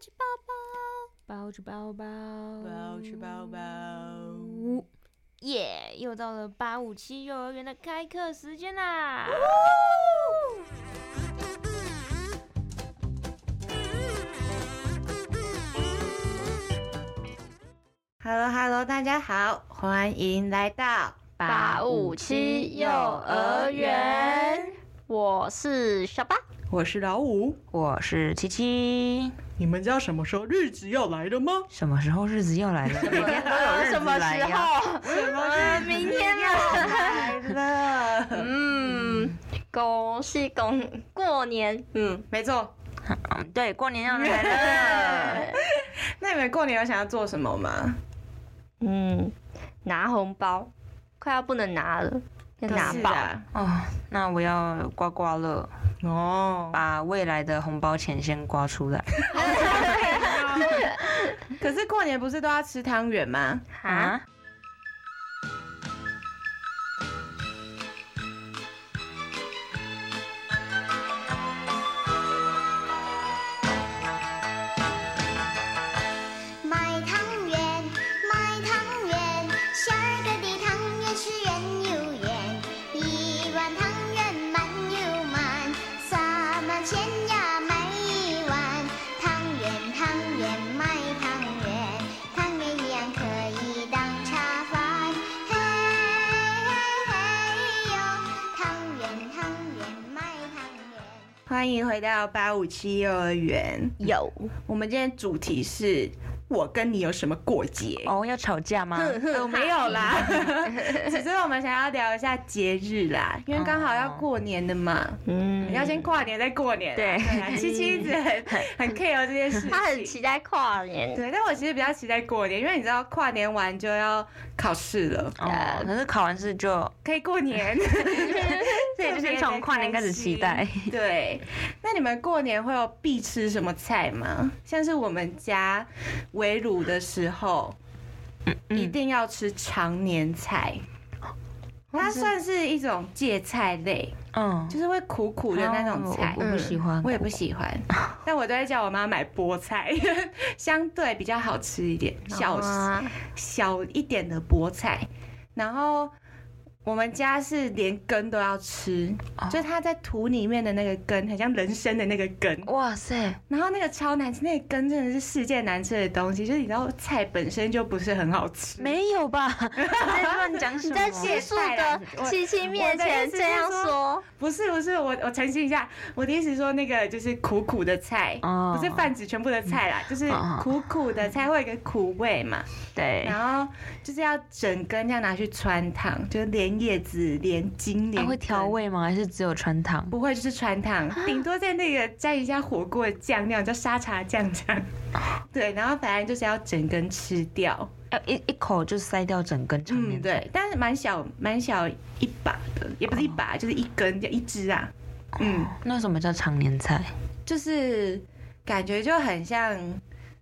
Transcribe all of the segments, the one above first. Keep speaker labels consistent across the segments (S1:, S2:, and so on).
S1: 起包包，
S2: 包着包包，
S1: 包起包包。
S2: 耶又到了八五七幼儿园的开课时间啦！
S1: Hello Hello，大家好，欢迎来到
S2: 857幼儿园，我是小八，
S1: 我是老五。
S2: 我是七七。
S1: 你们知道什么时候日子要来了吗？
S3: 什么时候日子要来了？每天都有日子
S2: 什么
S3: 来
S2: 时
S3: 呀。
S2: 候？
S1: 什么
S2: 呃明天
S1: 来了？
S2: 嗯，恭喜恭过年，嗯，
S1: 没错。
S3: 嗯对，过年要来了。
S1: 那你们过年有想要做什么吗？
S2: 嗯，拿红包，快要不能拿了，要拿
S1: 是
S2: 爆。
S1: 啊。
S3: 哦，那我要刮刮乐，
S1: 哦，
S3: 把未来的红包钱先刮出来。
S1: 可是过年不是都要吃汤圆吗？
S2: 啊，？
S4: 卖汤圆，卖汤圆，十二个的汤圆是圆又圆，一碗汤圆满又满，撒满钱呀买一碗。汤圆，汤圆，卖汤圆，汤圆一样可以当茶饭。嘿嘿嘿哟，汤圆，汤圆，卖汤圆。
S1: 欢迎回到八五七幼儿园。
S2: 有，
S1: 我们今天主题是我跟你有什么过节？
S3: 哦，要吵架吗？
S1: 呃 没有啦， 只是我们想要聊一下节日啦，因为刚好要过年了嘛，
S2: 嗯
S1: 要先跨年再过年啦。
S2: 对
S1: 啊，七七一直很很 care 这件事 情。
S2: 他很期待跨年，
S1: 对，但我其实比较期待过年，因为你知道跨年完就要考试了，
S3: 哦，可是考完试就，
S1: 可以过 年，所以
S3: 就先从跨年开始期待。
S1: 对，那你们过年会有必吃什么菜吗？像是我们家围炉的时候，
S3: 嗯
S1: 一定要吃常年菜。
S3: 哦
S1: 它算是一种芥菜类，
S3: 嗯，
S1: 就是会苦苦的那种菜嗯
S3: 哦。我我不喜欢。
S1: 我也不喜 欢，但我都会叫我妈买菠菜， 相对比较好吃一点，
S3: 哦
S1: 小
S2: 啊
S1: 小一点的菠菜，然后我们家是连根都要吃，
S3: 哦
S1: 就是它在土里面的那个根，很像人参的那个根，
S3: 哇塞，
S1: 然后那个超难吃，那个根真的是世界难吃的东西，就是你知道菜本身就不是很好吃，
S3: 没有吧？你在乱讲什
S2: 你
S3: 么？
S2: 在七叔
S1: 太难
S2: 的
S1: 我
S2: 七七面前这样说，
S1: 不是不是，我我澄清一下，我的意思说那个就是苦苦的菜，
S3: 哦
S1: 不是泛指全部的菜啦，就是
S3: 哦嗯
S1: 苦苦的菜会有一个苦味嘛，
S3: 对，
S1: 然后就是要整根这样拿去穿烫，就是连叶子、连茎、连
S3: 啊它会调
S1: 根。
S3: 味吗？还是只有穿糖？
S1: 不会，就是穿烫，
S3: 啊
S1: 顶多在那个蘸一下火锅的酱料，叫沙茶酱这 样。对，然后反正就是要整根吃掉。
S3: 要一一口就塞掉整根常
S1: 嗯，
S3: 年
S1: 对，但是蛮小蛮小一把的，也不是一把，
S3: 哦
S1: 就是一根，就一支啊。嗯，
S3: 那什么叫常年菜？
S1: 就是感觉就很像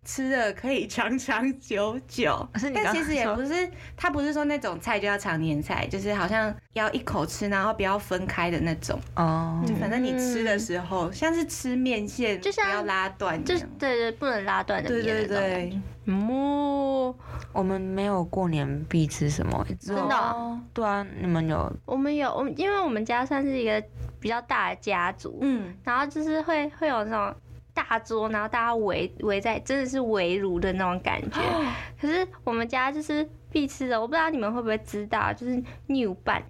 S1: 吃了可以长长久久
S3: 可是，你
S1: 但
S3: 刚
S1: 其实也
S3: 说
S1: 不是，它不是说那种菜就要常年菜，就是好像要一口吃，然后不要分开的那种。
S3: 哦，
S1: 就反正你吃的时
S3: 嗯
S1: 候，像是吃面线，
S2: 就像
S1: 不要拉断一
S2: 就
S1: 样，
S2: 是对对，不能拉断的
S1: 对
S2: 面
S1: 对
S2: 那种感觉。
S1: 对，
S2: 嗯，
S3: 我们没有过年必吃什么，只有
S2: 真的啊
S1: 哦，
S3: 对啊，你们有
S2: 我们有我们，因为我们家算是一个比较大的家族，
S1: 嗯，
S2: 然后就是会会有那种大桌，然后大家围围在，真的是围炉的那种感觉。
S1: 哦
S2: 可是我们家就是必吃的，我不知道你们会不会知道，就是牛拌，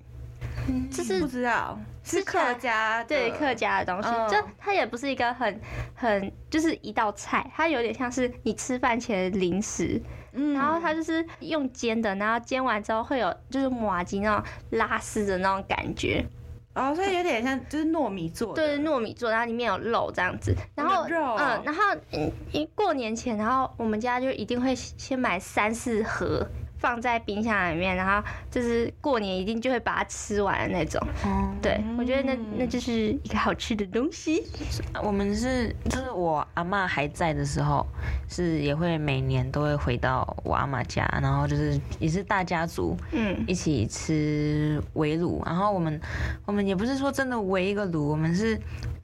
S2: 就
S1: 嗯
S2: 是
S1: 不知道是
S2: 吃起来
S1: 客家的
S2: 对客家的东西，
S1: 嗯
S2: 就它也不是一个很很就是一道菜，它有点像是你吃饭前的零食，
S1: 嗯
S2: 然后它就是用煎的，然后煎完之后会有就是麻吉那种拉丝的那种感觉，
S1: 哦，所以有点像就是糯米做的，
S2: 对，糯米做，然后里面有肉这样子，然后
S1: 有肉哦
S2: 嗯，然后嗯，一过年前，然后我们家就一定会先买三四盒。放在冰箱里面，然后就是过年一定就会把它吃完的那种。
S3: 哦，
S2: 对，我觉得那
S1: 嗯
S2: 那就是一个好吃的东 西。
S3: 我们是就是我阿嬷还在的时候，是也会每年都会回到我阿嬷家，然后就是也是大家族
S2: 嗯，
S3: 一起吃围炉，然后我们我们也不是说真的围一个炉，我们是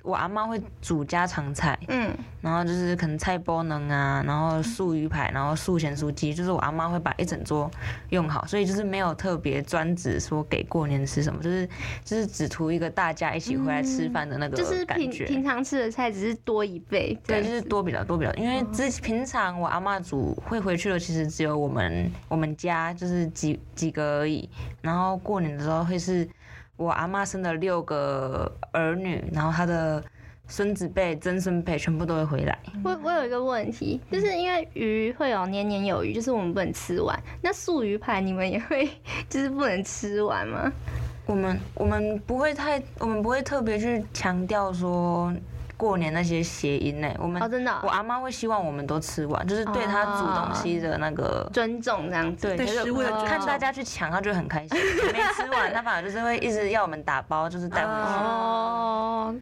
S3: 我阿妈会煮家常菜，
S2: 嗯，
S3: 然后就是可能菜包能啊，然后素鱼排，然后素咸酥鸡，就是我阿妈会把一整桌用好，所以就是没有特别专指说给过年吃什么，就是就是只图一个大家一起回来吃饭的那个
S2: 嗯就是
S3: 感
S2: 平
S3: 觉。
S2: 平常吃的菜只是多一倍，这
S3: 对，
S2: 样
S3: 就是
S2: 子
S3: 多比较多比较，因为
S2: 嗯
S3: 之平常我阿嬷煮会回去的，其实只有我们我们家就是几几个而已。然后过年的时候会是我阿嬷生的六个儿女，然后她的孙子辈、曾孙辈全部都会回来。
S2: 我我有一个问题，就
S3: 嗯
S2: 是因为鱼会有年年有余，就是我们不能吃完。那素鱼排你们也会 就是不能吃完吗？
S3: 我们我们不会太，我们不会特别去强调说过年那些谐音呢、我们、
S2: 哦，真的
S3: 我
S2: 哦、
S3: 阿妈会希望我们都吃完，就是对她煮东西的那个。
S2: 尊重这样子。
S3: 对，
S1: 对
S3: 就是
S1: 食物的
S2: 尊
S3: 看
S2: 重
S3: 大家去抢，他就很开心。没吃完，他反而就是会一直要我们打包，就是带回去。
S2: 哦，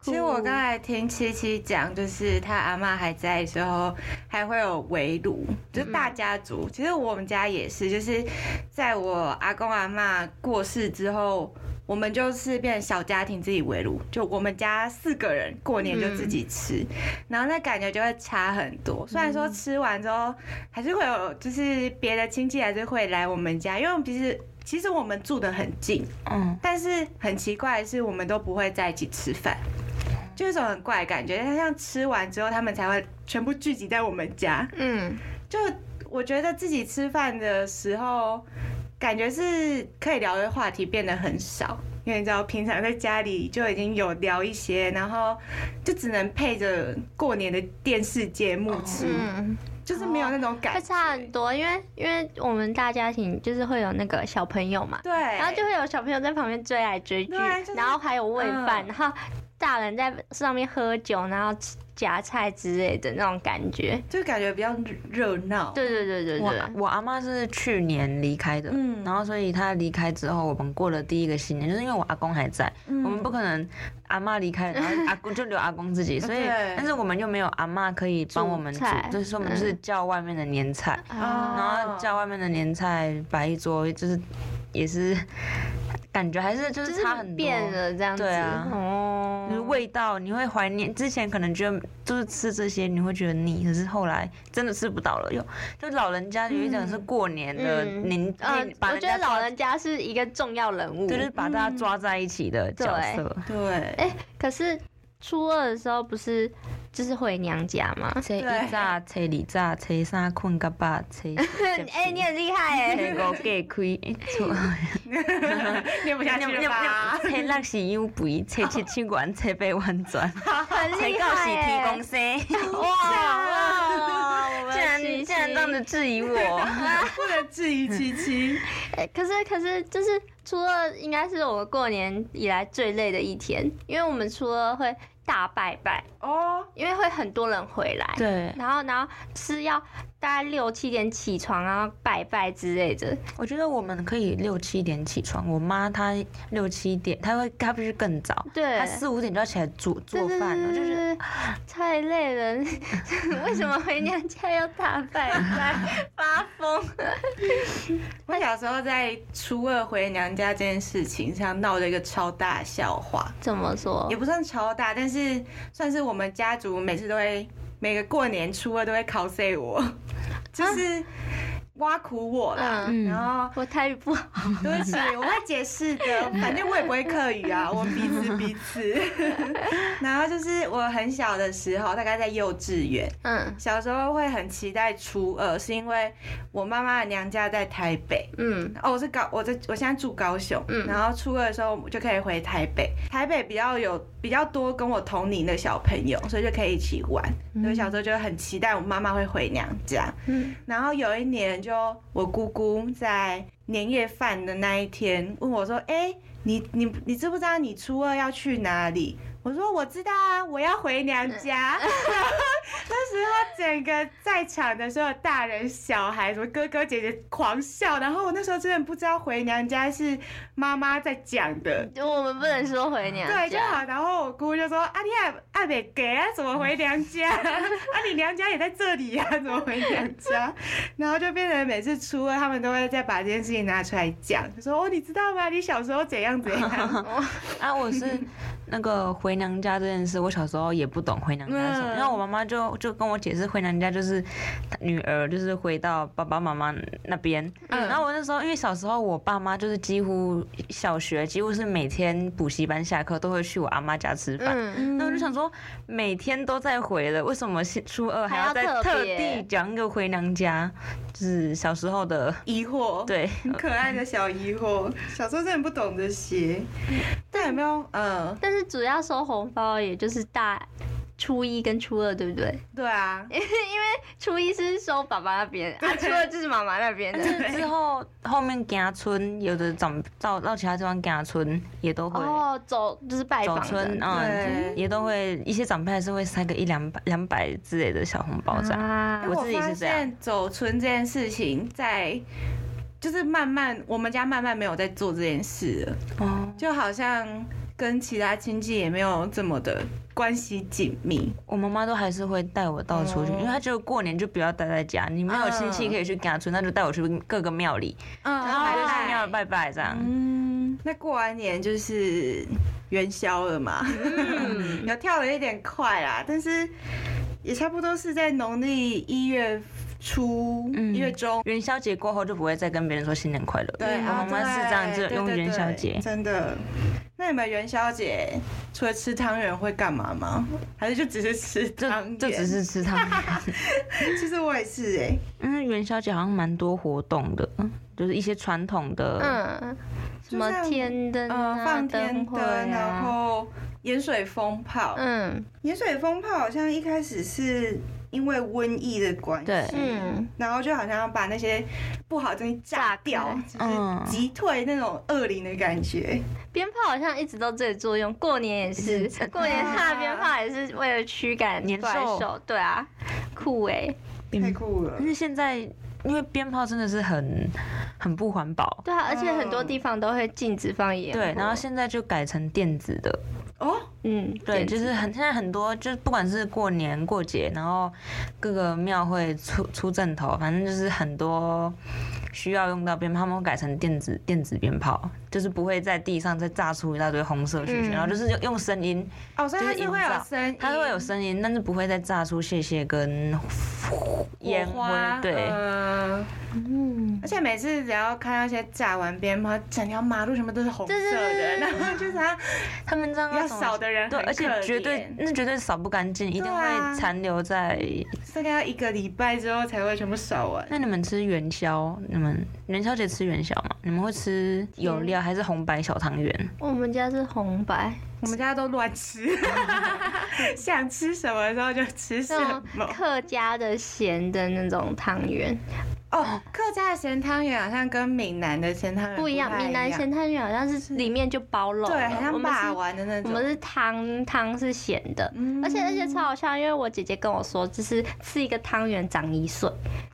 S1: 其实我刚才听七七讲，就是她阿妈还在的时候，还会有围炉，就是大家族。其实我们家也是，就是在我阿公阿妈过世之后，我们就是变成小家庭自己围炉，就我们家四个人过年就自己吃，然后那感觉就会差很多。虽然说吃完之后，还是会有，就是别的亲戚还是会来我们家，因为我们其实其实我们住的很近，
S3: 嗯，
S1: 但是很奇怪的是，我们都不会在一起吃饭，就有一种很怪的感觉。像吃完之后，他们才会全部聚集在我们家。
S2: 嗯，
S1: 就我觉得自己吃饭的时候，感觉是可以聊的话题变得很少，因为你知道平常在家里就已经有聊一些，然后就只能配着过年的电视节目吃，
S2: 嗯，
S1: 就是没有那种感
S2: 会
S1: 觉。
S2: 差很多，因为因为我们大家庭就是会有那个小朋友嘛，
S1: 对，
S2: 然
S1: 然
S2: 后就会有小朋友在旁边追来追去，
S1: 对就是
S2: 然后还有喂饭，
S1: 嗯
S2: 然后大人在上面喝酒，然后吃夹菜之类的那种感觉。
S1: 就感觉比较热闹。
S2: 对对对对
S3: 我
S2: 对，
S3: 我阿妈是去年离开的，
S1: 嗯
S3: 然后所以她离开之后，我们过了第一个新年，就是因为我阿公还在，
S2: 嗯
S1: 嗯
S3: 我们不可能阿妈离开了，然后阿公就留阿公 自己，所以
S1: 对
S3: 但是我们又没有阿妈可以帮我们
S2: 煮
S3: 煮
S2: 菜，嗯哦
S3: 就是说我们就是叫外面的年菜，
S1: 啊
S3: 然后叫外面的年菜摆一桌，就是也是感觉还是就
S2: 就是是
S3: 差很多，
S2: 变了这样子。
S3: 对啊
S2: 哦，
S3: 就是味道，你会怀念之前可能觉得就是吃这些你会觉得腻，可是后来真的吃不到了，又就老人家有一种是过年的
S2: 嗯
S3: 您，
S2: 呃，
S3: 您把
S2: 我
S3: 人
S2: 觉
S3: 家
S2: 得
S3: 抓
S2: 老人家是一个重要人物。
S3: 对就是把大家抓在一起的角色，
S1: 对，
S2: 可是初二的时候不是就是回娘家吗？
S3: 切
S1: 对
S3: 一炸，切二炸，切三困个巴，切
S2: 哎、你很厉害哎、
S3: 切五哎给亏，错，
S1: 念不下去了吧？
S3: 切六是优肥，切七七元，切八弯 转，
S2: 很
S3: 切
S2: 厉
S3: 九是
S2: 害、
S3: 天
S2: 欸
S3: 公！生，啊
S2: 哇 哇，我们
S3: 竟然
S2: 七
S3: 竟然这样子质 疑我。
S1: 不能质疑七七。
S2: 欸可是可是就是初二应该是我们过年以来最累的一天，因为我们初二会大拜拜，
S1: 哦，
S2: 因为会很多人回来。
S3: 对，
S2: 然后，然后是要大概六七点起床，然后拜拜之类的。
S3: 我觉得我们可以六七点起床，我妈她六七点，她会她必须更早，
S2: 对
S3: 她，四五点就要起来煮做
S2: 对
S3: 饭了，
S2: 对
S3: 就
S2: 对
S3: 是
S2: 对太累了。 为什么回娘家要大拜拜？发疯！
S1: 我小时候在初二回娘家这件事情上闹了一个超大笑话，
S2: 怎么说
S1: 也？不算超大，但是算是我们家族每次都会每个过年初二都会 cos 我，就是挖苦我啦。
S2: 嗯，
S1: 然后
S2: 我泰语不好。
S1: 对不起，我会解释 的，反正我也不会客语啊，我彼此彼此。 然后就是我很小的时候，大概在幼稚园，
S2: 嗯
S1: 小时候会很期待初二，是因为我妈妈的娘家在台北。
S2: 嗯
S1: 哦，我是高，我在我现在住高雄，
S2: 嗯
S1: 然后初二的时候我就可以回台北，台北比较有比较多跟我同龄的小朋友，所以就可以一起玩。所以小时候就很期待我妈妈会回娘家。
S2: 嗯
S1: 然后有一年就我姑姑在年夜饭的那一天问我说：“哎、你你你知不知道你初二要 去哪里？”我说：“我知道啊，我要回娘家。”那时候整整个在场的所有大人、小孩，什么哥哥姐姐狂笑，然后我那时候真的不知道回娘家是妈妈在讲的。
S2: 就我们不能说回娘家，
S1: 对，就好。然后我姑姑就说：“啊，你还还没给啊？怎么回娘家？ 啊，你娘家也在这里呀、啊？怎么回娘家？”然后就变成每次初二，他们都会再把这件事情拿出来讲，就说：“哦，你知道吗？你小时候怎样怎样。
S3: 啊，我 是那个回娘家这件事，我小时候也不懂回娘家是什么，
S1: 嗯
S3: 然后我妈妈就就跟我解释回娘家就是女儿就是回到爸爸妈妈那边，
S1: 嗯
S3: 然后我那时候因为小时候我爸妈就是几乎小学几乎是每天补习班下课都会去我阿妈家吃饭。
S2: 嗯，
S3: 那我就想说，每天都在回了，为什么现初二还
S2: 还要
S3: 要再
S2: 特
S3: 特
S2: 别
S3: 地讲一个回娘家？就是小时候的，
S1: 疑惑，，
S3: 对，
S1: 很可爱的小疑惑，小时候真的不懂这些。但有没有？嗯，
S2: 但是主要收红包也就是大初一跟初二，对不对？
S1: 对啊，
S2: 初一是收爸爸那边，啊，初二就是妈妈那边的。
S3: 之后后面家村有的长到到其他地方家村也都会。
S2: 哦，走就是拜
S3: 走
S2: 访
S3: 村，
S2: 的
S1: 对
S3: 嗯，也都会一些长辈还是会塞个一两百、两百之类的小红包这样。
S2: 啊
S3: 我自己是这样
S1: 发现走村这件事情在。就是慢慢，我们家慢慢没有在做这件事了，
S3: 哦，
S1: 就好像跟其他亲戚也没有这么的关系紧密。
S3: 我妈妈都还是会带我到处去，
S1: 哦
S3: 因为她觉得过年就不要待在家，你没有亲戚
S1: 嗯
S3: 可以去家村，那就带我去各个庙里，
S1: 嗯，
S3: 然后我就去庙里拜拜这样。
S1: 嗯，那过完年就是元宵了嘛，
S3: 嗯
S1: 有跳的有点快啦，但是也差不多是在农历一月初、一、
S3: 嗯
S1: 月中。
S3: 元宵节过后就不会再跟别人说新年快乐。
S1: 对，
S3: 我妈
S1: 啊
S3: 嗯妈是这样，
S1: 对
S3: 就用
S1: 对对
S3: 元宵节
S1: 对。真的。那你们元宵节除了吃汤圆会干嘛吗？还是就只是吃
S3: 就
S1: 汤圆？
S3: 就只，是吃汤圆，
S1: 其实我也是哎、
S3: 因为元宵节好像蛮多活动的，就是一些传统的，
S2: 嗯，什么天灯
S1: 呃，
S2: 啊，
S1: 放天
S2: 灯会
S1: 灯，
S2: 啊
S1: 然后盐水风炮。
S2: 嗯
S1: 盐水风炮好像一开始是因为瘟疫的关系，
S3: 对
S2: 嗯，
S1: 然后就好像把那些不好的东西炸掉，
S3: 嗯
S1: 就是击退那种恶灵的感觉。
S2: 鞭炮好像一直都这里作用，过年 也是，过年放的鞭炮也是为了驱赶
S3: 年兽
S2: 怪兽，对啊，酷哎，
S3: 嗯
S1: 太酷了
S3: 但！是现在因为鞭炮真的是很很不环保，
S2: 对啊，而且很多地方都会禁止放烟火，
S3: 对，然后现在就改成电子的，
S1: 哦，
S2: 嗯，
S3: 对，
S2: 电子
S3: 就是很现在很多，就是不管是过年过节，然后各个庙会出出阵头，反正就是很多需要用到鞭炮，他们会改成电子电子鞭炮，就是不会在地上再炸出一大堆红色血
S2: 嗯
S3: 血，然后就是用用声音，
S1: 哦，所以它
S3: 就是是
S1: 会
S3: 营
S1: 有
S3: 造
S1: 声音，
S3: 它会有声音，但是不会再炸出屑屑跟烟
S1: 火花，
S3: 灰，对。
S1: 嗯
S2: 嗯，
S1: 而且每次只要看到一些炸完鞭炮，整条马路什么都是红色
S2: 对对
S1: 的，
S2: 对对
S1: 然后就是它
S3: 他们这样
S1: 要
S3: 怎么
S1: 扫的人
S3: 对，
S1: 很
S3: 而且
S1: 可
S3: 绝对
S1: 怜
S3: 那绝对扫不干净，一定
S1: 对啊
S3: 会残留在。
S1: 大概要一个礼拜之后才会全部扫完。
S3: 那你们吃元宵，你们元宵节吃元宵吗？你们会吃有
S1: 嗯
S3: 料还是红白小汤圆？
S2: 我们家是红白，
S1: 我们家都乱 吃，想吃什么时候就吃什
S2: 那种
S1: 么。
S2: 客家的咸的那种汤圆
S1: 哦，客家的咸汤圆好像跟闽南的咸汤圆
S2: 不一样，
S1: 太
S2: 闽南咸汤圆好像是里面就包肉了，
S1: 对，好
S2: 我
S1: 像
S2: 们
S1: 霸
S2: 是
S1: 王的那
S2: 我
S1: 种。
S2: 们是汤汤是咸的，
S1: 嗯
S2: 而且而且超好笑，因为我姐姐跟我说，就是吃一个汤圆长一岁，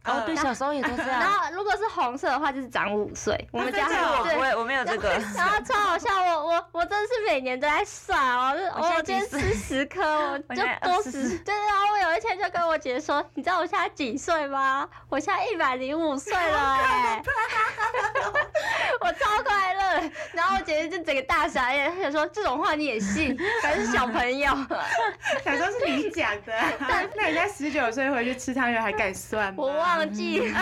S1: 呃
S3: 哦，对，小时候也都这
S2: 然
S3: 样。
S2: 后如果是红色的话就是长五岁，我们家
S1: 啊真的哦
S2: 对
S3: 我。也我没有这 个，
S2: 然后超好笑，我我我真的是每年都在算哦，就是
S3: 我现在
S2: 哦我今天
S3: 几岁
S2: 吃十颗，我
S3: 我
S2: 就
S3: 现在
S2: 多
S3: 24
S2: 十。对，然后我有一天就跟我姐说，你知道我现在几岁吗？我现在一百零五岁了哎、 我超快乐。然后我姐姐就整个大傻眼，她想说这种话你也信，还是小朋友。
S1: 小时候是你讲的 啊、那人家十九岁回去吃汤圆还敢算吗？
S2: 我忘记 了，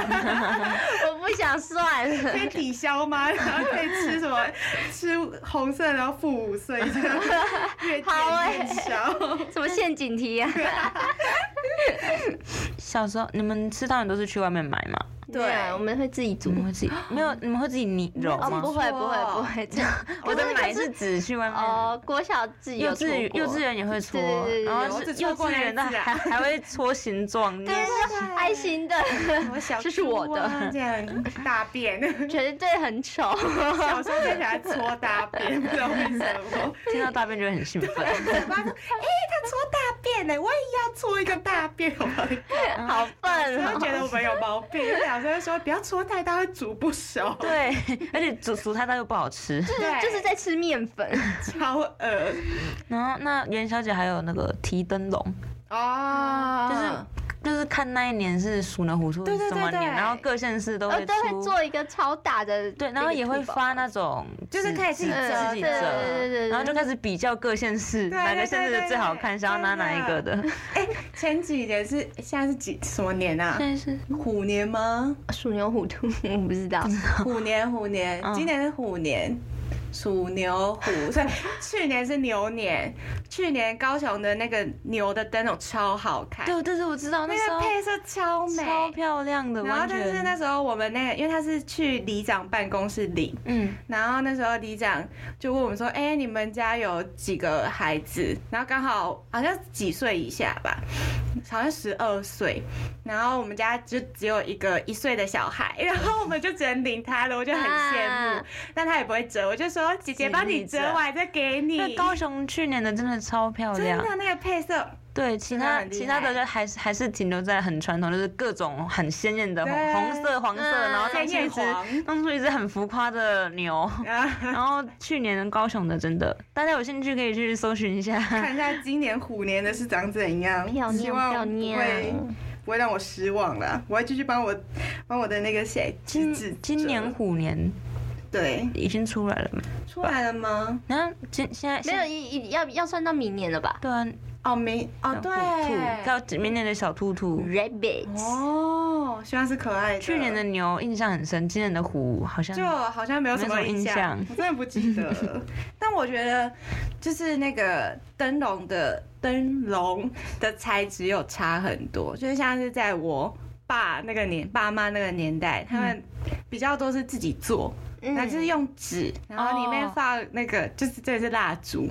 S2: 我不想算
S1: 可以抵消吗？然后可以吃什么？吃红色，然后负五岁，这样越
S2: 好
S1: 减
S2: 欸
S1: 越少。
S2: 什么陷阱题啊？
S3: 小时候你们吃汤圆都是去外面买吗？
S1: 对
S2: 没有我们会自己煮
S3: 你。们会自己没有？你们会自己泥揉
S2: 哦，不
S3: 吗？
S2: 会不会不会这样。
S3: 我的买
S2: 可
S3: 是指去外面。
S2: 哦，国小自己有
S3: 幼稚
S2: 出
S3: 园
S2: 过
S3: 幼稚园也会搓
S2: 对对对，对
S3: 然
S2: 对
S3: 后
S1: 我
S3: 是
S1: 只搓
S3: 幼
S1: 过
S3: 稚
S1: 那一
S3: 园的
S1: 次啊
S3: 还 还会搓形状，捏
S2: 对
S1: 对
S2: 是爱心 的，
S1: 我小
S2: 这是我的
S1: 猪啊这样大便，
S2: 绝对很丑。
S1: 小时候最喜欢搓大便，不知道为什么。
S3: 听到大便就会很兴奋。
S1: 嘴巴说：“哎、他搓大便呢、我也要搓一个大便，我的
S2: 好笨
S1: 他
S2: 哦、
S1: 会觉得我们有毛病，因为老师会说不要搓太大，会煮不熟，
S3: 对，而且煮熟它它又不好吃。
S1: 对
S2: 就是在吃面粉，
S1: 超恶
S3: 然后那袁小姐还有那个提灯笼，
S1: 哦，
S3: 就是就是看那一年是鼠能虎兔
S1: 对
S3: 是
S1: 对
S3: 什么
S1: 对
S3: 年，
S1: 对
S3: 然后各县市都
S2: 呃，
S3: 会
S2: 都会
S3: 出，
S2: 做一个超大的，
S3: 对，然后也会发那种
S1: 就是
S3: 纸
S1: 可以自己
S3: 纸
S1: 折
S3: 自己
S1: 的对对
S3: 折
S2: 嗯对对
S3: 然后就开始比较各县市
S1: 对
S3: 哪个县市
S1: 对对
S3: 的最好
S1: 对
S3: 看，想要拿
S1: 真的
S3: 哪一个的。
S1: 哎、前几年是哎现在是几什么年啊？
S2: 但是
S1: 虎年 吗？
S2: 鼠牛虎兔， 我不知道，
S1: 虎年，虎年，
S3: 嗯
S1: 今年是虎年，鼠牛 虎，所以去年是牛年。去年高雄的那个牛的灯笼超好看，
S3: 对，但是我知道那
S1: 那
S3: 时
S1: 个
S3: 候
S1: 配色超美，
S3: 超漂亮的，
S1: 然后
S3: 完
S1: 但是
S3: 全
S1: 那时候我们那个，因为他是去里长办公室领，
S3: 嗯，
S1: 然后那时候里长就问我们说：“哎、你们家有几个孩子？”然后刚好好像几岁以下吧，好像十二岁。然后我们家就只有一个一岁的小孩，然后我们就只能领他了，我就很羡慕。
S2: 啊
S1: 但他也不会折，我就说：“姐姐帮你折
S3: 自己折
S1: 完再给你。
S3: 那”高雄去年的真的超漂
S1: 真
S3: 亮，
S1: 的那个配色，
S3: 对，其
S1: 真的
S3: 他
S1: 很厉
S3: 其他的
S1: 害
S3: 就还是还是停留在很传统，就是各种很鲜艳的
S1: 对
S3: 红红色、黄色，
S2: 嗯
S3: 然后弄
S1: 鲜
S3: 出一
S1: 艳
S3: 只
S1: 黄
S3: 弄出一只很浮夸的牛。
S1: 啊，
S3: 然后去年高雄的真的，大家有兴趣可以去搜寻一下。
S1: 看一下今年虎年的是长怎样，
S2: 漂
S1: 希
S2: 亮漂
S1: 望不会
S2: 亮。
S1: 不会让我失望啦，我会继续帮我帮我的那个谁
S3: 今
S1: 侄子折。
S3: 今年虎年
S1: 对
S3: 已经出来了嘛？
S1: 出来了吗？
S3: 然后今现在
S2: 没有，一一要要算到明年了吧
S3: 对啊，
S1: 哦没哦对
S3: 兔到明年的小兔兔。
S2: ？Rabbit，
S1: 哦，希望是可爱的。
S3: 去年的牛印象很深，今年的虎好像
S1: 就好像没有什么印
S3: 没什么印象
S1: 我真的不记得 了。但我觉得就是那个灯笼的灯笼的材质有差很多，就是像是在我。爸那个年，爸妈那个年代，他
S3: 嗯
S1: 们比较多是自己做，
S2: 嗯
S1: 那、就是用纸，然后里面
S3: 哦
S1: 放那个，就是这是蜡烛，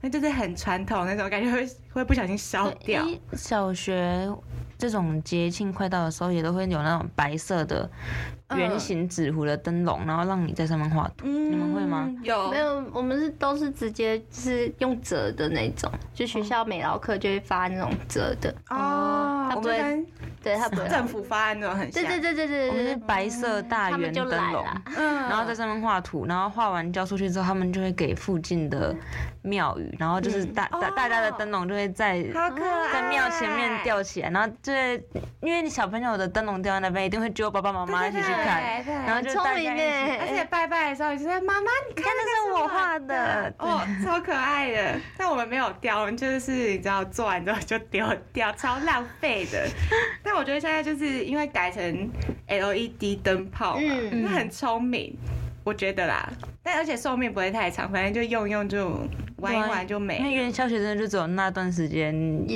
S1: 那就是很传统那种，感觉会会不小心烧掉。
S3: 一小学这种节庆快到的时候，也都会有那种白色的圆形纸糊的灯笼，然后让你在上面画图。
S1: 嗯，
S3: 你们会吗？
S1: 有
S2: 没，有，我们是都是直接就是用折的那种，就学校美
S3: 哦
S2: 劳课就会发那种折的，
S1: 哦，
S2: 它
S1: 我
S2: 不会
S1: 们
S2: 对他不会
S1: 跟。政府发案那种很像。
S2: 对对对对对
S3: 我们
S2: 对
S3: 是
S2: 对，
S3: 白色大
S2: 嗯他
S3: 圆
S2: 们就
S3: 灯
S2: 来
S3: 笼，
S2: 了。
S1: 嗯
S3: 然后在上面画图，然后画完交出去之后，他们就会给附近的庙宇，然后就是大大
S1: 哦
S3: 大家的灯笼就会在
S1: 好可爱，
S3: 在庙前面吊起来，然后就是因为你小朋友的灯笼吊在那边，一定会揪爸爸妈妈一起去看，
S1: 对，对
S3: 然后
S1: 对
S3: 就大家一
S2: 很聪明耶
S1: 而
S3: 起。
S1: 且拜拜的时候，你就说妈妈，你看
S3: 那是
S1: 那个
S3: 我画的，
S1: 哦，超可爱的。但我们没有雕，我们就是你知道做完之后就丢掉，超浪费 的。但我觉得现在就是因为改成 LED 灯泡嘛，
S2: 嗯
S1: 那很聪明，我觉得啦。但而且寿命不会太长，反正就用用就玩一玩就
S3: 因为
S1: 没。
S3: 元宵节真的就只有那段时间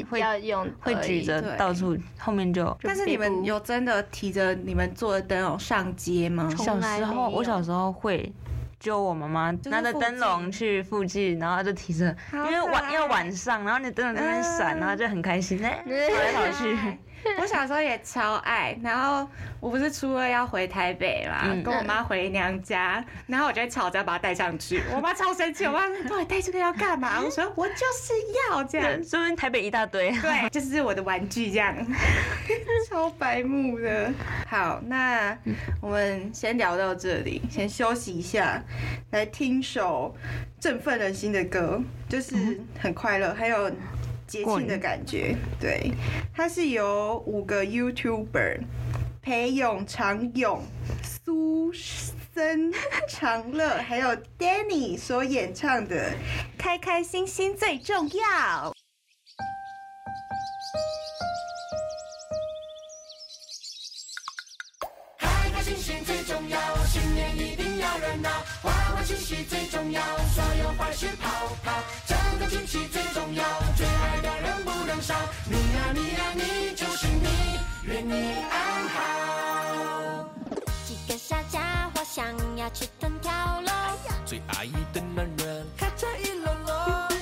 S3: 会
S2: 要用
S3: 会举
S1: 而
S3: 着
S1: 已
S3: 到处，后面就
S1: 但是你
S2: 被
S1: 们
S2: 捕
S1: 有真的提着你们做的灯笼上街吗？
S3: 小时
S2: 从来
S3: 候
S2: 没有
S3: 我小时候会。揪我妈妈
S1: 是
S3: 拿着灯笼去附近，然后就提着，
S1: 好
S3: 因为
S1: 可
S3: 晚
S1: 爱
S3: 要晚上，然后你灯笼在那边闪，
S1: 嗯
S3: 然后就很开心， 哎跑来跑去。
S1: 我小时候也超爱，然后我不是初二要回台北嘛，
S3: 嗯
S1: 跟我妈回娘家，然后我就会吵着把它带上去，我妈超生气，我妈说：“你带这个要干嘛？”我说：“我就是要这样
S3: 对，。说明台北一 大堆”。
S1: 对，就是我的玩具这样， 超白目的。好，那我们先聊到这里，先休息一下，来听首振奋人心的歌，就是很快乐，还有节庆的感觉。对，它是由五个 YouTuber 裴勇、常勇、苏森、长乐还有 Danny 所演唱的《开开心心最重要》。
S5: 开开心心最重要，新年一定要热闹，欢欢喜喜最重要，所有坏事抛抛，整个惊喜最重要，最爱的人不能少，你呀、你呀、你就是你，愿你安好。
S4: 几个傻家伙想要吃藤条喽，
S5: 最爱的男人，开车一溜溜，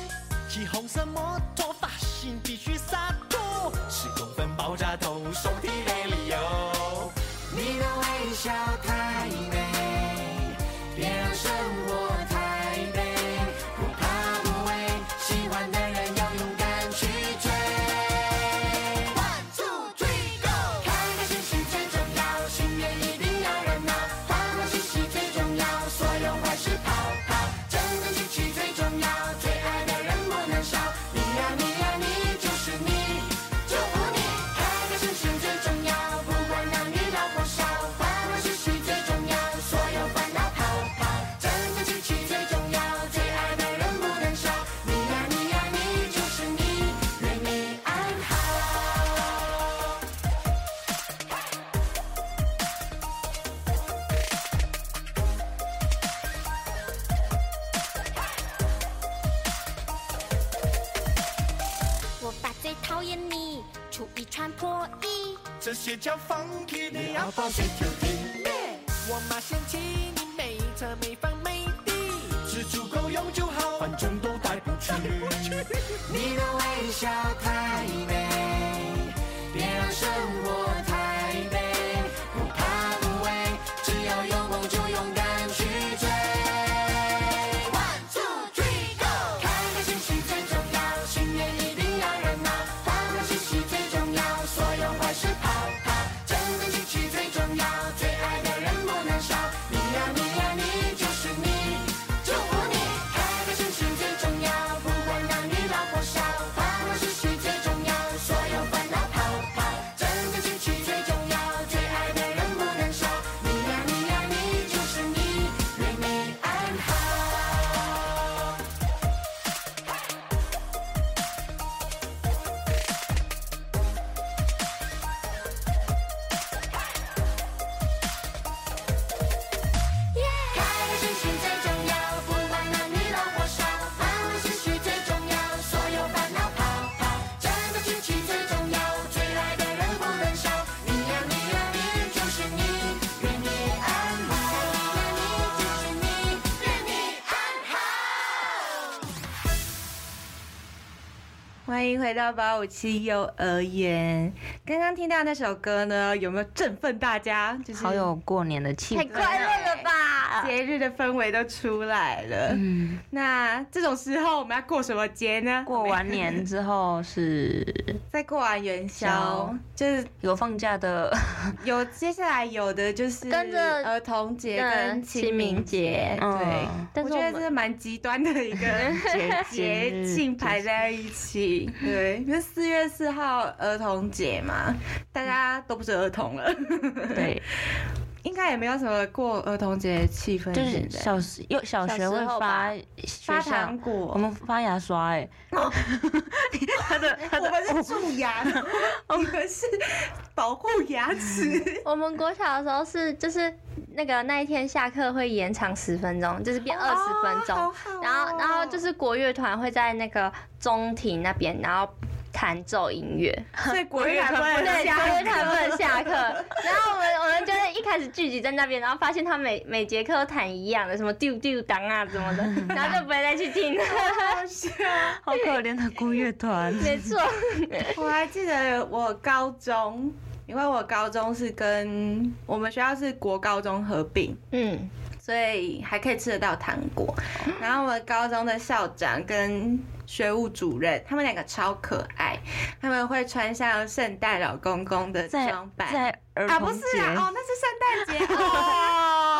S5: 骑红色摩托，发型必须洒脱，十公分爆炸头，手提没理由。你的微笑太美，别让生活太累，不怕不畏，喜欢的人要勇敢去追。
S4: 衣穿破衣。
S5: 这些叫放屁，你要放谁就听。我妈嫌弃你没车没房没地，只足够用就 好，反正都带不去。你的微笑太美，别让生活太悲，不怕不畏，只要有梦就勇敢去追。One two three go，开开心心最重要，心愿一定要热闹，欢乐喜喜最重要，所有坏事跑跑，正能积极最重要，最爱的人不能少。你呀你呀你就是你，祝福你，开开心心最重要，不管男女老或少，欢乐喜喜最重要，所有烦恼跑跑，正能积极最重要，最爱的人不能少。你呀你呀你就是你，Make me I'm how。开开心心最重要，不管男女老或少，欢乐喜事最重要，所有烦恼跑跑，真的亲情最重要，最爱的人不能少。你呀你呀你就是你，愿你安好。你呀你就是你，愿你安好。
S1: 欢迎回到八五七幼儿园。刚刚听到那首歌呢，有没有振奋大家？就是
S3: 好有过年的气
S2: 太
S3: 氛。
S2: 快乐了吧！
S1: 节日的氛围都出来了。
S3: 嗯，
S1: 那这种时候我们要过什么节呢？
S3: 过完 年之后是
S1: 再过完元宵
S3: 宵，
S1: 就是
S3: 有放 假的，
S1: 有接下来有的就是
S2: 跟着
S1: 儿童节跟
S2: 嗯
S1: 清明节，
S3: 清明节
S1: 对
S3: 嗯。
S2: 但
S1: 我
S2: 是
S1: 觉
S2: 我
S1: 得
S2: 们
S1: 这是蛮极端的一个
S3: 节
S1: 节庆排在一起，对，因为四月四号儿童节嘛，大家都不是儿童了，
S3: 对，
S1: 应该也没有什么过儿童节的气氛，
S3: 就是
S1: 现在
S3: 小时幼小学会发
S1: 发
S3: 学校
S1: 糖，果，
S3: 我们发牙刷哎、他的他
S1: 哎我
S3: 的
S1: 们是蛀牙 的，
S2: 哦
S1: 你们是保护牙齿。
S2: 我们国小的时候是就是那个那一天下课会延长十分钟，就是变二十分钟，
S1: 好好哦
S2: 然后然后就是国乐团会在那个中庭那边，然后弹奏音乐，
S1: 所以国语
S2: 对，国
S1: 啊不能
S2: 乐团不
S1: 下
S2: 能下课，然后我们我们就是一开始聚集在那边，然后发现他每每节课都弹一样的，什么丢丢当啊什么的， 然后就不会再去听了，
S3: 好可怜的孤 乐团，
S2: 没错，
S1: 我还记得我高中，因为我高中是跟我们学校是国高中合并，
S2: 嗯，
S1: 所以还可以吃得到糖果。然后我们高中的校长跟学务主任，他们两个超可爱，他们会穿上圣诞老公公的
S3: 在
S1: 装扮。
S3: 在儿
S1: 啊，不
S3: 童
S1: 是
S3: 节、
S1: 啊，哦，那是圣诞节哦，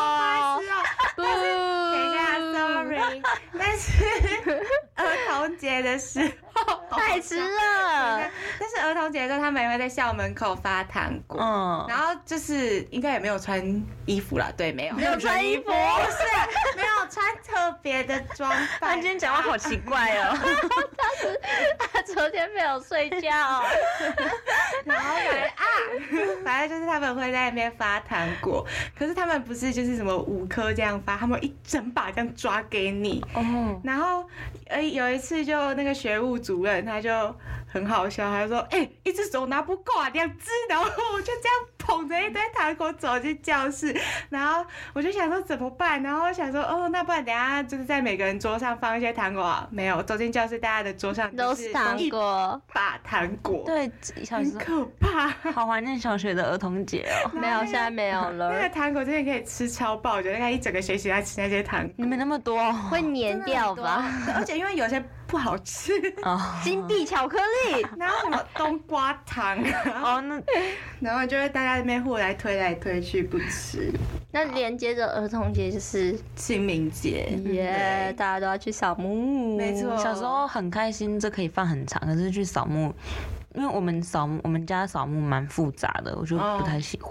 S1: 不好意思哦。
S2: 不，
S1: 等一下，sorry，但是儿童节的时候
S2: 太迟
S3: 嗯
S2: 了，
S1: 但是儿童节的时候，他们也会在校门口发糖果，
S3: 嗯，
S1: 然后就是应该也没有穿衣服啦，对，没有，
S2: 没有穿衣服，
S1: 不是没有穿特别的装
S3: 他
S1: 扮
S3: 今。天讲话好奇怪哦，
S2: 他昨天没有睡觉，
S1: 然后反正啊， 反正就是他们会在那边发糖果，可是他们不是就是什么五颗这样发，他们一整把这样抓给你。
S3: 哦，
S1: 然后呃有一次就那个学务主任他就很好笑，他就说：“哎、一只手拿不够啊，两只。”然后我就这样捧着一堆糖果走进教室，然后我就想说怎么办，然后我想说哦，那不然等一下就是在每个人桌上放一些糖果啊，没有，走进教室大家的桌上
S2: 都
S1: 就是
S2: 糖
S1: 一
S2: 果。
S1: 把糖果，
S3: 对，小
S1: 很
S3: 时
S1: 可怕。
S3: 候好怀念小学的儿童节哦。
S2: 没有，现在没有
S1: 那个
S2: 了，
S1: 糖果真的可以吃超爆，我觉得大概一整个学期在吃那些糖
S3: 你
S2: 嗯
S1: 果，
S3: 们那么多哦
S2: 会粘掉吧？
S1: 而且因为有些不好吃，
S3: 哦，
S2: 金币巧克力，
S1: 然后什么冬瓜糖啊。
S3: 哦那
S1: 然后就会大家在那边互来推来推去不吃。
S2: 那连接着儿童节就是
S1: 清明节，
S2: 耶，大家都要去扫墓，
S1: 没错
S3: 嗯小时候很开心，这可以放很长，可是去扫墓，因为我们扫墓，我们家扫墓蛮复杂的，我就不太喜欢。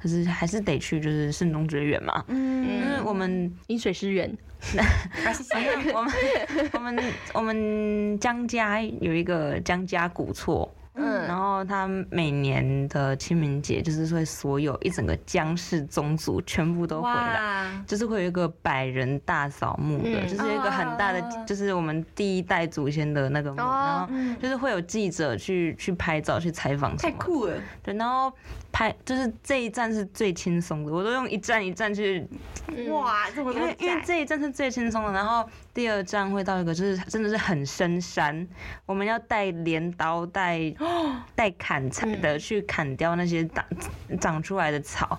S3: 可是还是得去，就是慎终追远嘛。因为
S2: 嗯，
S3: 我们
S2: 饮水思源，
S3: 我们我们我们江家有一个江家古厝，
S2: 嗯
S3: 然后他每年的清明节就是会所有一整个江氏宗族全部都回来。
S1: 哇，
S3: 就是会有一个百人大扫墓的，
S2: 嗯
S3: 就是有一个很大的，
S1: 哦
S3: 就是我们第一代祖先的那个墓，然
S2: 哦
S3: 后就是会有记者去去拍照、去采访
S1: 嗯
S3: 什
S1: 太
S3: 么的。
S1: 酷了！
S3: 对，然后拍就是这一站是最轻松的，我都用一站一站去，
S1: 哇，这么
S3: 嗯因
S1: 多
S3: 为因为
S1: 展
S3: 这一站是最轻松的，然后第二站会到一个就是真的是很深山，我们要带镰刀、带带砍柴的去砍掉那些长长出来的草，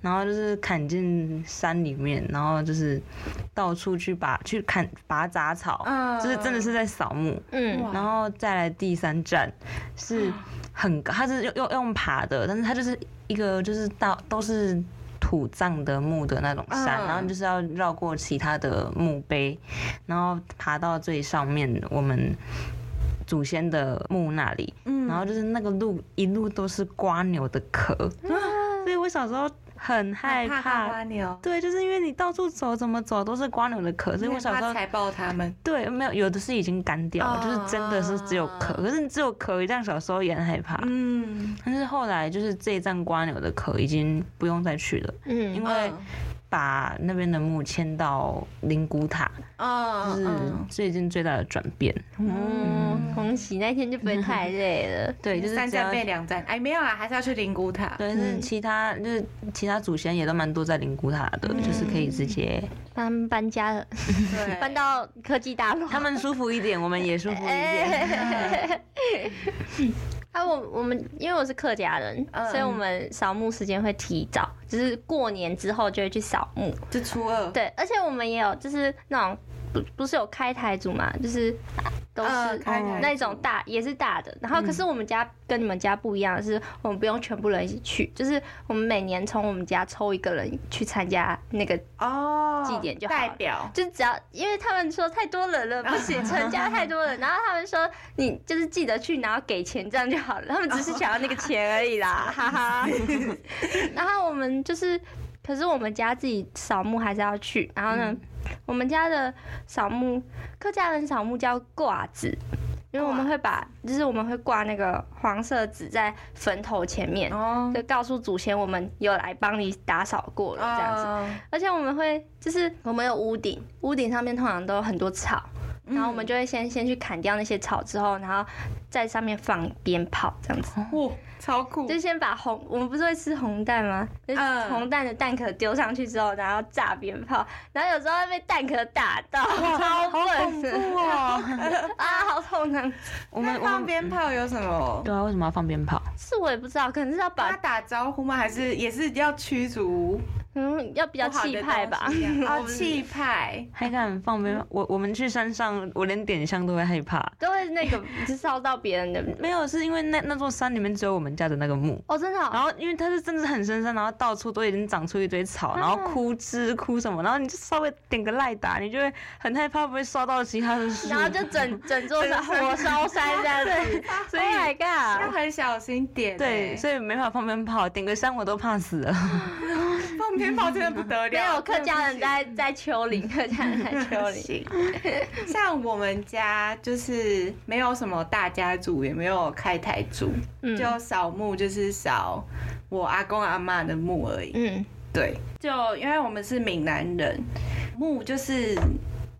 S3: 然后就是砍进山里面，然后就是到处去拔去砍拔杂草，
S1: 嗯
S3: 就是真的是在扫墓。
S2: 嗯
S1: 哇
S3: 然后再来第三站是很高，它是用用用爬的，但是它就是一个就是到都是土葬的墓的那种山，
S1: 嗯
S3: 然后就是要绕过其他的墓碑，然后爬到最上面我们。祖先的墓那里，
S1: 嗯
S3: 然后就是那个路一路都是瓜牛的壳，所以我小时候很害
S1: 怕
S3: 怕。
S1: 花牛，
S3: 对，就是因为你到处走，怎么走都是瓜牛的壳，所以
S1: 因
S3: 我
S1: 为
S3: 小时
S1: 怕
S3: 候
S1: 踩爆他们，
S3: 对，没有，有的是已经干掉了，就是真的是只有壳。可是你只有壳，这样小时候也很害怕。
S1: 啊嗯，
S3: 但是后来就是这一站瓜牛的壳已经不用再去了，因
S2: 嗯
S3: 为把那边的墓迁到灵骨塔，
S1: 嗯
S3: 就是
S1: 嗯，
S3: 最近最大的转变。
S2: 嗯，恭喜那天就不会太累了。
S3: 对，就
S1: 嗯
S3: 是
S1: 三
S3: 只要
S1: 站变两嗯站，哎，没有啦，还是要去灵骨塔，
S3: 对，是其他就是其他祖先也都蛮多在灵骨塔的，就是可以
S1: 嗯
S3: 直接
S2: 他们搬家了，
S1: 对，
S2: 搬到科技大楼。
S3: 他们舒服一点，我们也舒服一
S1: 哎
S3: 点。
S2: 啊，我我们因为我是客家人，
S1: 嗯
S2: 所以我们扫墓时间会提早，就是过年之后就会去扫墓。
S1: 就初二，
S2: 对，而且我们也有就是那种不不是有开台组嘛，就是啊都是、
S1: 嗯开台组嗯
S2: 那种大也是大的。然后可是我们家跟你们家不一样的是，我们不用全部人一起去，就是我们每年从我们家抽一个人去参加那个。
S1: 哦，
S2: 祭典就好了
S1: 代表，
S2: 就是只要，因为他们说太多人了，不行，成家太多人。然后他们说，你就是记得去，然后给钱，这样就好了。他们只是想要那个钱而已啦，哈哈。然后我们就是，可是我们家自己扫墓还是要去。然后呢，我们家的扫墓，客家人扫墓叫挂纸。因为我们会把，就是我们会挂那个黄色纸在坟头前面，
S1: 哦，
S2: 就告诉祖先我们有来帮你打扫过了这样子。
S1: 子，
S2: 而且我们会就是我们有屋顶，屋顶上面通常都有很多草，
S1: 嗯
S2: 然后我们就会先先去砍掉那些草之后，然后在上面放鞭炮这样子，
S1: 哦
S3: 哦
S1: 哇，超酷
S2: 就，是先把红我们不是会吃红蛋吗？就是
S1: 嗯
S2: 红蛋的蛋壳丢上去之后，然后炸鞭炮，然后有时候会被蛋壳打到， 超笨
S3: 哦
S2: 的
S1: 哦
S3: 哇，
S2: 啊，好痛啊！
S3: 我们我
S1: 放
S3: 们嗯
S1: 鞭炮有什么？
S3: 对啊，为什么要放鞭炮？
S2: 是我也不知道，可能是要
S1: 跟他
S2: 把
S1: 打招呼吗？还是也是要驱逐
S2: 嗯要比较
S1: 不好的
S2: 气派吧
S1: 东。西 啊？哦，
S2: 我
S1: 气派，
S3: 还敢放鞭炮？我我们去山上，我连点香都会害怕。
S2: 都会那个就烧到别人 的
S3: 没有，是因为那那座山里面只有我们家的那个墓，
S2: 哦，真的哦
S3: 然后因为它是真的是很深山，然后到处都已经长出一堆草，然后枯枝枯什么，然后你就稍微点个赖打，你就会很害怕不会烧到其他的树
S2: 然。后就整整座山火烧山这样子，所以 Oh my
S1: 要
S2: god，
S1: 很小心点欸。
S3: 对，所以没法放鞭炮，点个香我都怕死了。
S1: 放鞭炮真的不 得了。
S2: 没有客家人在在丘陵，客家人在丘陵，
S1: 行，像我们家就是没有什么大家族，也没有开台族，
S2: 嗯
S1: 就扫墓就是扫我阿公阿妈的墓而已。
S2: 嗯
S1: 对，就因为我们是闽南人，墓就是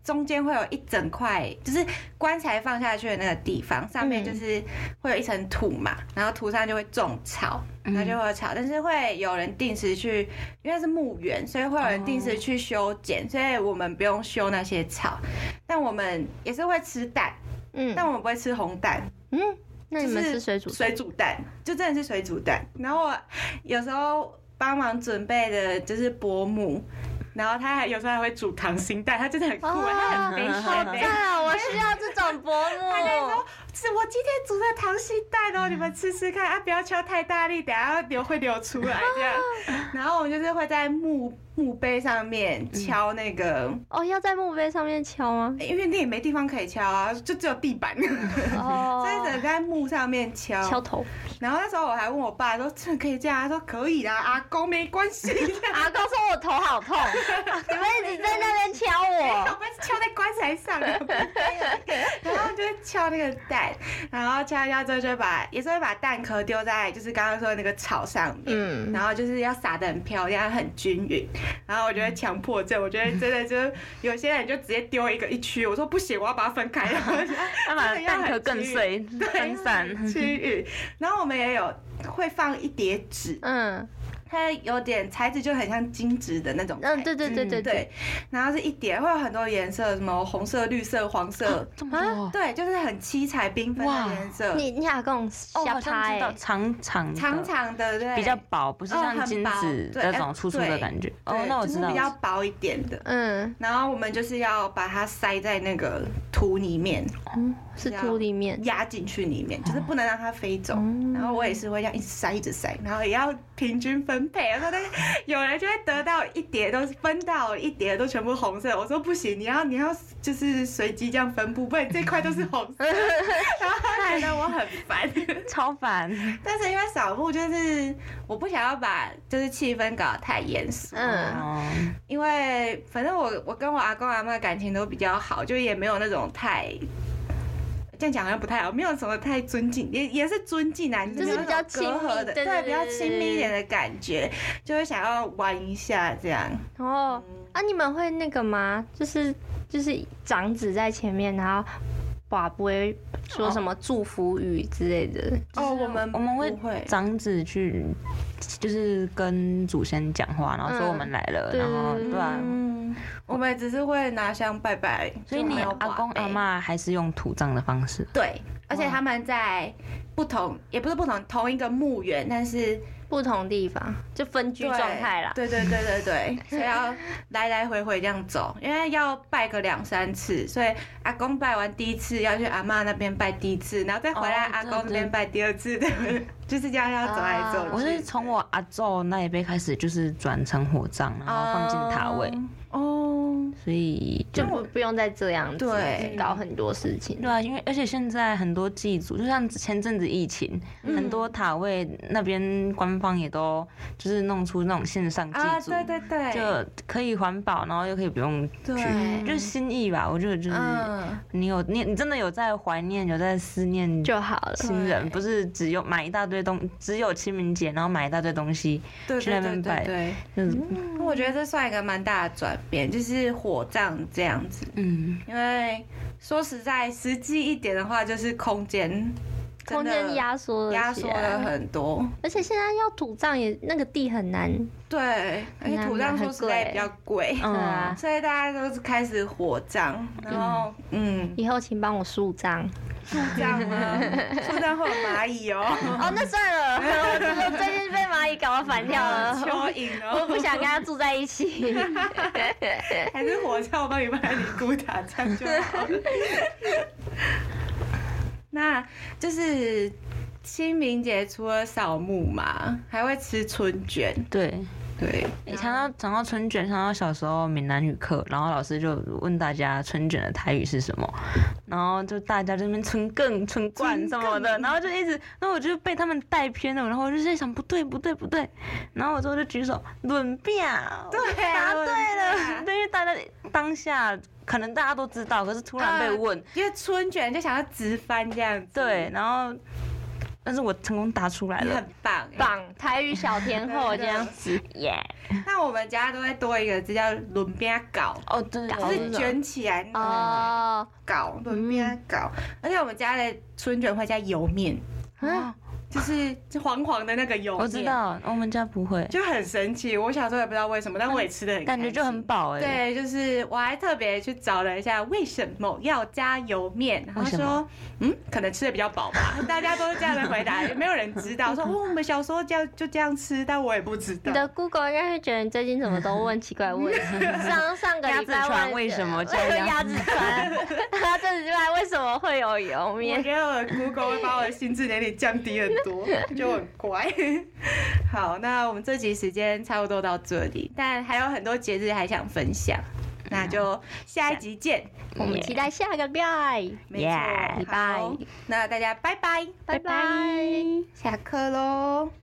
S1: 中间会有一整块，就是棺材放下去的那个地方，上面
S2: 嗯
S1: 就是会有一层土嘛，然后土上就会种草，然后就会有草，但是会有人定时去，因为是墓园，所以会有人定时去修剪，所以我们不用修那些草，但我们也是会吃蛋，但
S2: 嗯
S1: 我们不会吃红蛋，
S2: 嗯，那你们
S1: 就是
S2: 吃水煮
S1: 水煮蛋，就真的是水煮蛋。然后我有时候帮忙准备的就是伯母，然后他还有时候还会煮溏心蛋，他真的很酷，
S2: 哦
S1: 他很悲
S2: 好
S1: 伤
S2: 赞
S1: 的。
S2: 啊！我需要这种伯
S1: 他就
S2: 母
S1: 说，：“是我今天煮的溏心蛋
S2: 嗯
S1: 哦，你们吃吃看啊，不要敲太大力，等下流会流出来这 样。”然后我们就是会在墓墓碑上面敲那个，
S2: 哦，要在墓碑上面敲 吗？
S1: 因为你也没地方可以敲啊，就只有地板，
S2: 哦
S1: 所以只能在墓上面敲。
S2: 敲头，
S1: 然后那时候我还问我爸说：“这可以这样？”他说：“可以啦，阿公没关系。
S2: 阿公说我头好痛，你们一直在那边敲
S1: 我
S2: 我，
S1: 们敲在棺材上，然后就敲那个蛋，然后敲一敲之后就会把也是会把蛋壳丢在就是刚刚说的那个草上面，
S2: 嗯
S1: 然后就是要撒的很漂亮，很均匀。然后我觉得强迫症，我觉得真的就是有些人就直接丢一个一区，我说不行，我要把它分开，然后
S3: 他把蛋壳更碎分散。
S1: 区域。然后我们也有会放一叠纸，
S2: 嗯
S1: 它有点材质就很像金纸的那种材质，
S2: 嗯，对对对对对，
S1: 对，然后是一叠，会有很多颜色，什么红色、绿色、黄色，
S3: 这么多哦，
S1: 对，就是很七彩缤纷
S3: 哇
S1: 的颜色，
S2: 啊
S1: 嗯
S2: 你你阿公
S3: 哦
S2: 瞎
S3: 好像
S2: 拍
S3: 知道
S2: 欸，
S3: 长长的
S1: 长长的，对，
S3: 比较薄，不是
S1: 哦
S3: 像
S1: 很
S3: 金
S1: 薄
S3: 子
S1: 对
S3: 那
S1: 哎
S3: 种粗粗的
S1: 对
S3: 感觉。哦
S1: 对，
S3: 那我
S1: 就
S3: 知
S1: 是
S3: 道
S1: 比
S3: 了
S1: 较。薄一点的。
S2: 嗯，
S1: 然后我们就是要把它塞在那个土里面，
S2: 嗯是土里面，
S1: 压进去里面，就是不能让它飞走。然后我也是会这样一直塞，一直塞，然后也要平均分配。然后但是有人就会得到一叠都是分到一叠都全部红色，我说不行，你要你要就是随机这样分布，不然这块都是红色。然后他觉得我很烦，
S3: 超烦，
S1: 但是因为扫墓就是我不想要把就是气氛搞得太严肃，
S2: 嗯
S3: 哦，
S1: 因为反正我我跟我阿公阿妈感情都比较好，就也没有那种太。这样讲好像不太好，没有什么太尊敬，也也是尊敬啊，
S2: 就是比较
S1: 没有那种隔阂的，
S2: 亲密对对对
S1: 比较亲密一点的感觉，就会想要玩一下这样。
S2: 哦，啊，你们会那个吗？就是就是长子在前面，然后爸不会说什么祝福语之类的。
S1: 哦，我们
S3: 我们
S1: 会
S3: 会长子去，就是跟祖先讲话，然后说
S2: 嗯
S3: 我们来了，
S2: 对
S3: 然后
S2: 对
S3: 对啊。
S1: 嗯，我们只是会拿香拜拜，
S3: 所以
S1: 就
S3: 你
S1: 没有
S3: 阿
S1: 把
S3: 公
S1: 杯
S3: 阿妈还是用土葬的方式，
S1: 对，而且他们在不同，也不是不同，同一个墓园，但是
S2: 不同地方就分居
S1: 对
S2: 状态啦。
S1: 对对对对 对，所以要来来回回这样走，因为要拜个两三次，所以阿公拜完第一次要去阿妈那边拜第一次，然后再回来
S3: 哦
S1: 阿
S3: 对
S1: 公那
S3: 对
S1: 边拜第二次，对， 就是这样要走来走去。
S3: 我是从我阿昼那一辈开始，就是转成火葬，然后放进塔位，
S1: 哦，
S3: 所以就
S2: 就不不用再这样子
S1: 对
S2: 搞很多事情。
S3: 对啊，因为而且现在很多祭祖，就像前阵子疫情，
S1: 嗯
S3: 很多塔位那边官方也都就是弄出那种线上祭
S1: 啊，
S3: 祖，
S1: 对对对，
S3: 就可以环保，然后又可以不用去，
S1: 对
S3: 就是心意吧。我觉得就是、
S1: 嗯，
S3: 你有你你真的有在怀念，有在思念
S2: 就好了。
S3: 亲人，
S1: 对
S3: 不是只有买一大堆东，只有清明节然后买一大堆东西，
S1: 对
S3: 去
S1: 对
S3: 那
S1: 对
S3: 边
S1: 对
S3: 拜
S1: 对，
S3: 就是
S2: 嗯
S1: 我觉得这算一个蛮大的转变，就是火葬这样子，
S3: 嗯
S1: 因为说实在实际一点的话，就是空间
S2: 空间压缩了，
S1: 压缩了，很多。
S2: 而且现在要土葬也那个地很难，
S1: 对，而且
S2: 难
S1: 土
S2: 买
S1: 葬
S2: 很
S1: 说实在也比
S2: 贵
S1: 较贵，
S3: 嗯
S2: 对啊。
S1: 所以大家都是开始火葬，然后嗯，
S2: 以后请帮我树葬。
S1: 树葬 吗？树葬会有蚂蚁哦，
S2: 哦，那算了， 我真的最近被蚂蚁搞到反 跳了，
S1: 蚯蚓
S2: 我不
S1: 哦，
S2: 想跟它住在一起。
S1: 还是火葬，我帮你卖尼姑塔，这样就好了。 那就是清明节除了扫墓嘛，还会吃春卷，
S3: 对。
S1: 对，
S3: 你
S1: 嗯
S3: 想到讲到春卷，想到小时候闽南语课，然后老师就问大家春卷的台语是什么，然后就大家这边春更、春冠什么的，然后就一直，然后我就被他们带偏了，然后我就在想不对不对不对，然后我之后就举手论辩，
S1: 对
S3: 答
S1: 啊
S3: 对了， 对，因为大家当下可能大家都知道，可是突然
S1: 嗯
S3: 被问，
S1: 因为春卷就想要直翻这样子，
S3: 对，，然后但是我成功答出来
S1: 你
S3: 了
S1: 很，棒欸，
S2: 榜台语小 天后这样子，耶！
S1: 那我们家都会多一个字叫轮边搞，
S3: 哦嗯对，
S1: 就
S3: 对
S1: 是
S3: 对
S1: 卷起来
S2: 哦，
S1: 搞轮边搞，而且我们家的春卷会加油面，
S2: 啊，
S1: 就是黄黄的那个油面，
S3: 我知，道，我们家不会，
S1: 就很神奇。我小时候也不知道为什么，但我也吃的很，
S3: 感觉就很。饱哎、
S1: 对，就是我还特别去找了一下为什么要加油面，然后
S3: 为什么
S1: 说，嗯，可能吃的比较饱吧， 大家都是这样的回答，也没有人知道说，哦，我们小时候这样就这样吃，但我也不知道
S2: 你。的 Google 应该会觉得你最近怎么都问 奇怪问题。上上个礼拜
S3: 鸭
S2: 问
S3: 子船为 什么叫
S2: 为什么
S3: 鸭
S2: 鸭子船？他这礼拜为什么会有油
S1: 我
S2: 面？
S1: 觉得我的 Google 会把我的心智年龄降低很多，就我很乖。 好，那我们这集时间差不多到这里，但还有很多节日还想分享，那就下一集见。
S2: 我们期待下个礼拜，
S1: 没错，
S3: Yeah，
S1: 好
S2: 礼拜
S1: 那大家拜拜，
S2: 拜拜。
S1: 下课喽。